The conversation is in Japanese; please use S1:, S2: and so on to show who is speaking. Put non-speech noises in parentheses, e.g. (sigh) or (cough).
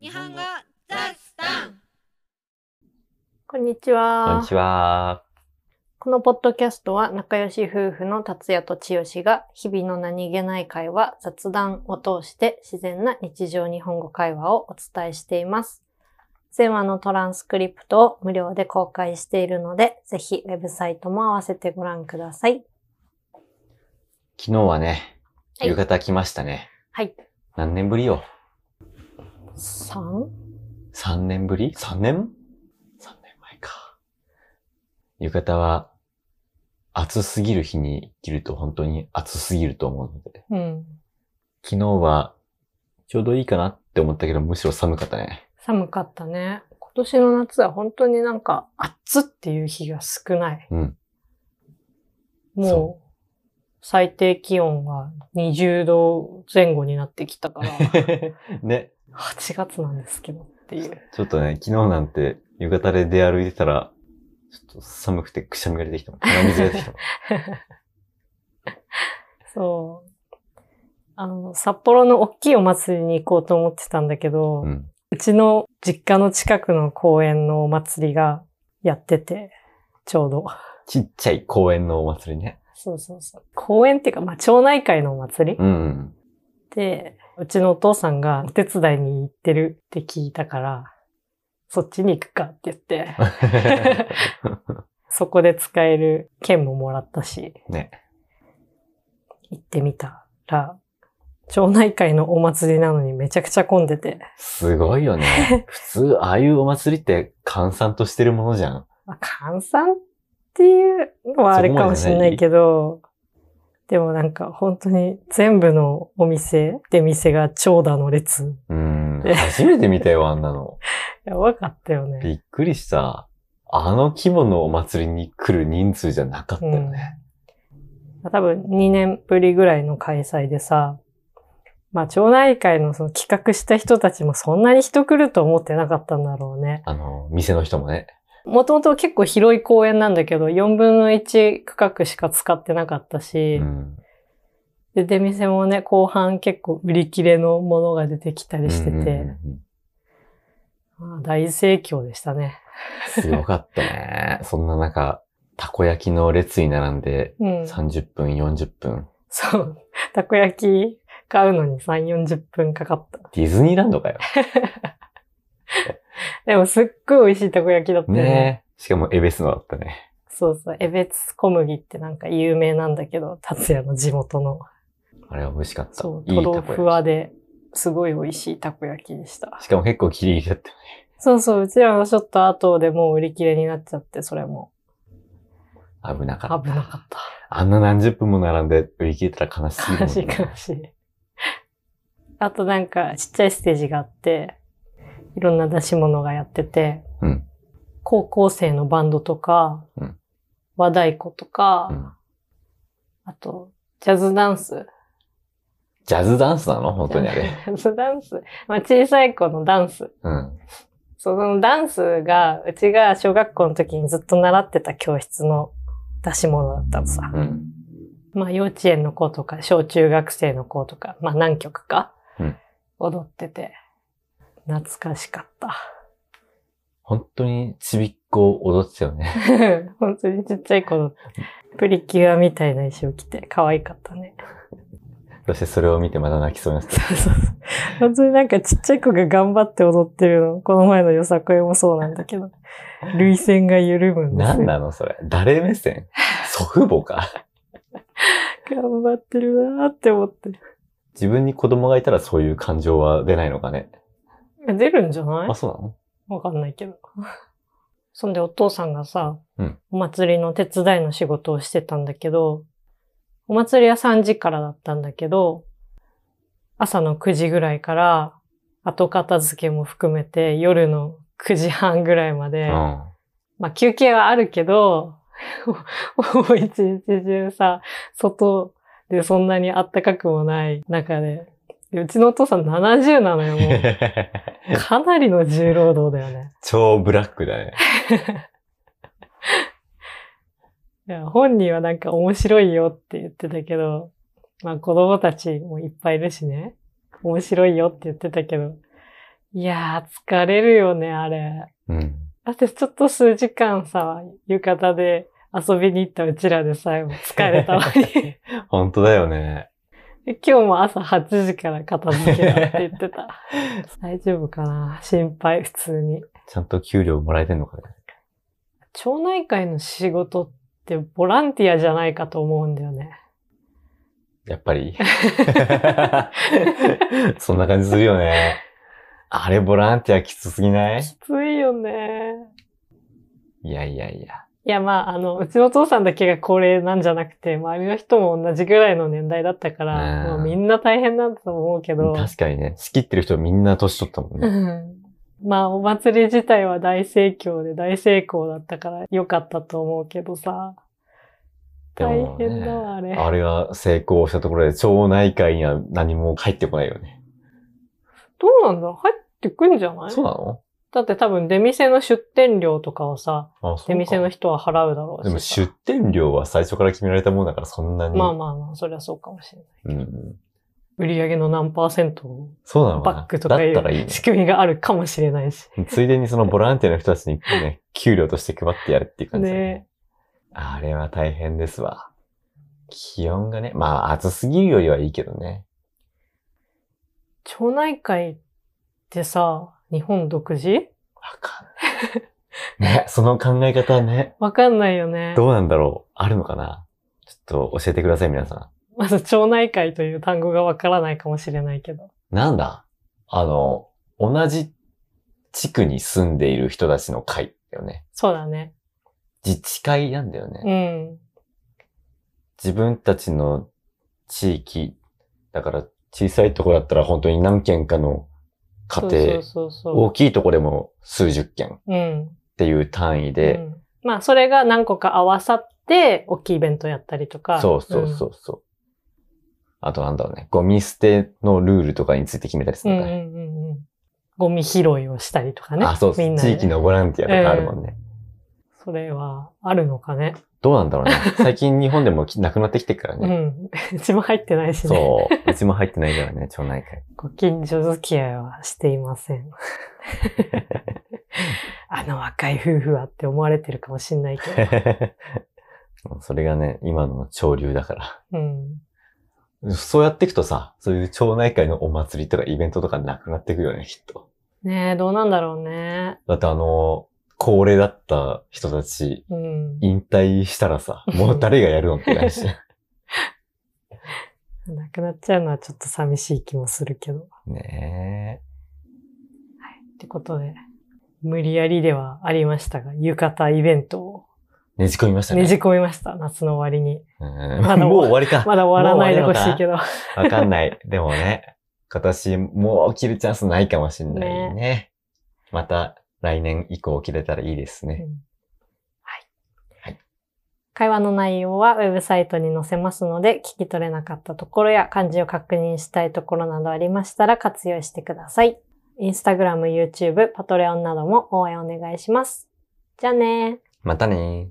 S1: 日本語ザスタン
S2: こんにちは。
S3: こんにちは。
S2: このポッドキャストは仲良し夫婦の達也と千代が日々の何気ない会話、雑談を通して自然な日常日本語会話をお伝えしています。前話のトランスクリプトを無料で公開しているので、ぜひウェブサイトも合わせてご覧ください。
S3: 昨日はね、
S2: はい
S3: 浴衣来ましたね。
S2: はい。
S3: 何年ぶりよ
S2: 3?
S3: ?3 年ぶり ?3 年 ?3 年前か。浴衣は、暑すぎる日に着ると本当に暑すぎると思うので。
S2: うん。
S3: 昨日は、ちょうどいいかなって思ったけど、むしろ寒かったね。 (laughs)
S2: 寒かったね。今年の夏は本当になんか暑っていう日が少ない。
S3: うん。
S2: も、
S3: そう
S2: 最低気温が20度前後になってきた
S3: (laughs)
S2: から、
S3: ね。
S2: 8月なんですけどっていう。
S3: ちょっとね、昨日なんて浴衣で出歩いてたら、ちょっと寒くてくしゃみが出てきたもん。鼻水が出てきたもん。
S2: そう。あの、札幌の大きいお祭りに行こうと思ってたんだけど、う
S3: うん。
S2: ちの実家の近くの公園のお祭りがやってて、ちょうど。
S3: ちっちゃい公園のお祭りね。
S2: そうそうそう。公園っていうか、まあ、町内会のお祭り、
S3: う
S2: (laughs)
S3: んうん。
S2: で、うちのお父さんがお手伝いに行ってるって聞いたから、そっちに行くかって言って、そこで使える券ももらったし、
S3: ね。
S2: 行ってみたら、町内会のお祭りなのにめちゃくちゃ混んでて、
S3: すごいよ
S2: (laughs)
S3: ね。普通、ああいうお祭りって閑散としてるものじゃん。
S2: まあ、換算っていうのはあれかもしれないけど、でもなんか本当に全部のお店、出店が長蛇の列。
S3: うん。
S2: え
S3: 初めて見たよ、あんなの。
S2: やばかったよね。
S3: びっくりした。あの規模のお祭りに来る人数じゃなかったよね。
S2: 多分2年ぶりぐらいの開催でさ、まあ町内会のその企画した人たちもそんなに人来ると思ってなかったんだろうね。
S3: あの、店の人もね。
S2: もともと結構広い公園なんだけど、4分の1区画しか使ってなかった
S3: う
S2: し、
S3: ん。
S2: で、出店もね、後半結構売り切れのものが出てきたりして
S3: うんうん
S2: て、
S3: うんうん
S2: まあ大盛況でしたね。
S3: すごかったね。そんな中、たこ焼きの列に並んで、
S2: うん。
S3: 30分、40分。
S2: そう。たこ焼き買うのに3、40分かかった。
S3: ディズニーラ
S2: (laughs)
S3: ンドかよ。
S2: でもすっごい美味しいたこ焼きだったよ
S3: ねえ。しかも、エベスのだったね。
S2: そうそう、エベツ小麦ってなんか有名なんだけど、達也の地元の、
S3: あれは美味しかった。
S2: そう、
S3: い
S2: と
S3: いたこ
S2: ろ
S3: 焼き
S2: ふわですごい美味しいたこ焼きでした。
S3: しかも結構ギリギリだった。
S2: そうそう、うちらのちょっと後でもう売り切れになっちゃって、それも
S3: 危なかった。
S2: 危なかった。
S3: あんな何十分も並んで売り切れたら悲しい、
S2: 悲しい悲しい。あとなんかちっちゃいステージがあって、いろんな出し物がやってて、
S3: うん
S2: 高校生のバンドとか、
S3: うん
S2: 和太鼓とか、
S3: うん
S2: あと、ジャズダンス。
S3: ジャズダンスなの本当にあれ。
S2: (laughs) ジャズダンス。まあ、小さい子のダンス。
S3: うん。
S2: そのダンスが、うちが小学校の時にずっと習ってた教室の出し物だったのさ。
S3: うん。
S2: まあ幼稚園の子とか、小中学生の子とか、まあ何曲か
S3: うん、
S2: 踊ってて、懐かしかった。 (laughs)
S3: 本当にちびっこ踊ってた
S2: (laughs)
S3: よね。
S2: 本当にちっちゃい子のプリキュアみたいな衣装着て、可愛かったね。 (laughs)
S3: そしてそれを見てまだ泣きそうになった。
S2: そうそうそう本当になんかちっちゃい子が頑張って踊ってるの。この前のよさこいもそうなんだけど、涙腺が緩むんですよ。
S3: 何なのそれ。誰
S2: (laughs)
S3: 目線祖父母か。
S2: 頑張ってるなーって思って。
S3: 自分に子供がいたらそういう感情は出ないのかね。
S2: 出るんじゃない
S3: あ、そうなの
S2: わかんないけど。そんでお父さんがさ、
S3: うん
S2: お祭りの手伝いの仕事をしてたんだけど、お祭りは3時からだったんだけど、朝の9時ぐらいから、後片付けも含めて夜の9時半ぐらいまで、まあ休憩はあるけど、もう一日中さ、外でそんなに暖かくもない中で、でうちのお父さん70なのよ、
S3: う
S2: もう。
S3: ん。
S2: かなりの重労働だよね。
S3: (laughs) 超ブラックだね。
S2: いや本人はなんか面白いよって言ってたけど、まあ子供たちもいっぱいいるしね、面白いよって言ってたけど、いやー、疲れるよね、あれ。
S3: うん。
S2: だってちょっと数時間さ、浴衣で遊びに行ったうちらでさえも疲れたのに。
S3: 本当だよね。
S2: 今日も朝8時から片付けだって言って
S3: (laughs)
S2: た。大丈夫かな心配、普通に。
S3: ちゃんと給料もらえてんのかね。
S2: 町内会の仕事ってボランティアじゃないかと思うんだよね。
S3: やっぱり。 (laughs) そんな感じするよね。あれ、ボランティアきつすぎない
S2: きついよね。
S3: いやいやいや。
S2: いや、まあ、あの、うちのお父さんだけが高齢なんじゃなくて、周りの人も同じぐらいの年代だったから、
S3: うん
S2: まあみんな大変なんだと思うけど、
S3: 確かにね、仕切ってる人みんな年取ったもん
S2: う
S3: ね。
S2: んまあ、お祭り自体は大盛況で大成功だったから良かったと思うけどさ、
S3: でもね
S2: 大変だわあれ
S3: あれが成功したところで、町内会には何も入ってこないよね。
S2: どうなんだろう入ってくんじゃない
S3: そうなの
S2: だって多分出店の出店料とかをさ、
S3: あ、そうか
S2: 出店の人は払うだろうしさ。
S3: でも出店料は最初から決められたもんだからそんなに。
S2: まあまあまあ、そりゃそうかもしれない。
S3: うん、
S2: 売り上げの何パーセントを
S3: そうなのかな
S2: バックとかい
S3: だったらいいう
S2: 仕組みがあるかもしれないし。
S3: ね。 (laughs) ついでにそのボランティアの人たちにね、給料として配ってやるっていう感じだよ
S2: ね
S3: ね。あれは大変ですわ。気温がね、まあ暑すぎるよりはいいけどね。
S2: 町内会ってさ、日本独自
S3: わかんない。ね、その考え方はね、
S2: わかんないよね。
S3: どうなんだろうあるのかなちょっと教えてください、皆さ
S2: まず町内会という単語がわからないかもしれないけど。
S3: ん。なんだあの、同じ地区に住んでいる人たちの会だよね。
S2: そうだね。
S3: 自治会なんだよね。
S2: うん。
S3: 自分たちの地域、だから小さいとこだったら本当に何軒かの家庭、
S2: そうそうそう
S3: 大
S2: そ
S3: きいとこでも数十軒っ
S2: う。うん。
S3: ていう単位
S2: う
S3: で、
S2: んまあ、それが何個か合わさって、大きいイベントやったりとか。
S3: そうそうそううそう。あとなんだろうね、ゴミ捨てのルールとかについて決めたりす
S2: ん。
S3: る
S2: うんう
S3: のかね。
S2: んうんうん。ゴミ拾いをしたりとかね。
S3: あ、そうそ
S2: みん
S3: う。
S2: なで
S3: 地
S2: ね
S3: 域のボランティアとかあるもんね。
S2: それはあるのかね。
S3: どうなんだろうね。最近日本でもきなくなってきてるから
S2: う
S3: ね。
S2: ん。 (laughs) うちも入ってないしね。
S3: そう。うちも入ってないからね、町内会。 (laughs)
S2: ご近所付き合いはしていません。あの若い夫婦はって思われてるかもしんないけ
S3: それがね、今の潮流だから。 (laughs)
S2: ど。うん。
S3: そうやっていくとさ、そういう町内会のお祭りとかイベントとかなくなっていくよね、きっと。
S2: ねえ、どうなんだろうね。
S3: だってあの、高齢だった人たち、
S2: うん。
S3: 引退したらさ、もう誰がやるのっ
S2: (laughs)
S3: て感じ。
S2: なくなっちゃうのはちょっと寂しい気もするけど。
S3: ね
S2: ってことで、無理やりではありましたが、浴衣イベントを
S3: え。ねじ込みましたね。
S2: ねじ込みました、夏の終わりに。
S3: うん
S2: まだ
S3: もう終わりか。
S2: まだ終わらないでほしいけ
S3: ど。
S2: ど。
S3: わかんない。でもね、今年もう着るチャンスないかもしんないね。また来年以降着れたらいいですね。
S2: うんはい
S3: はい
S2: 会話の内容はウェブサイトに載せますので、聞き取れなかったところや漢字を確認したいところなどありましたら活用してください。インスタグラム、YouTube、パトレオンなども応援お願いします。じゃあねー。
S3: またねー。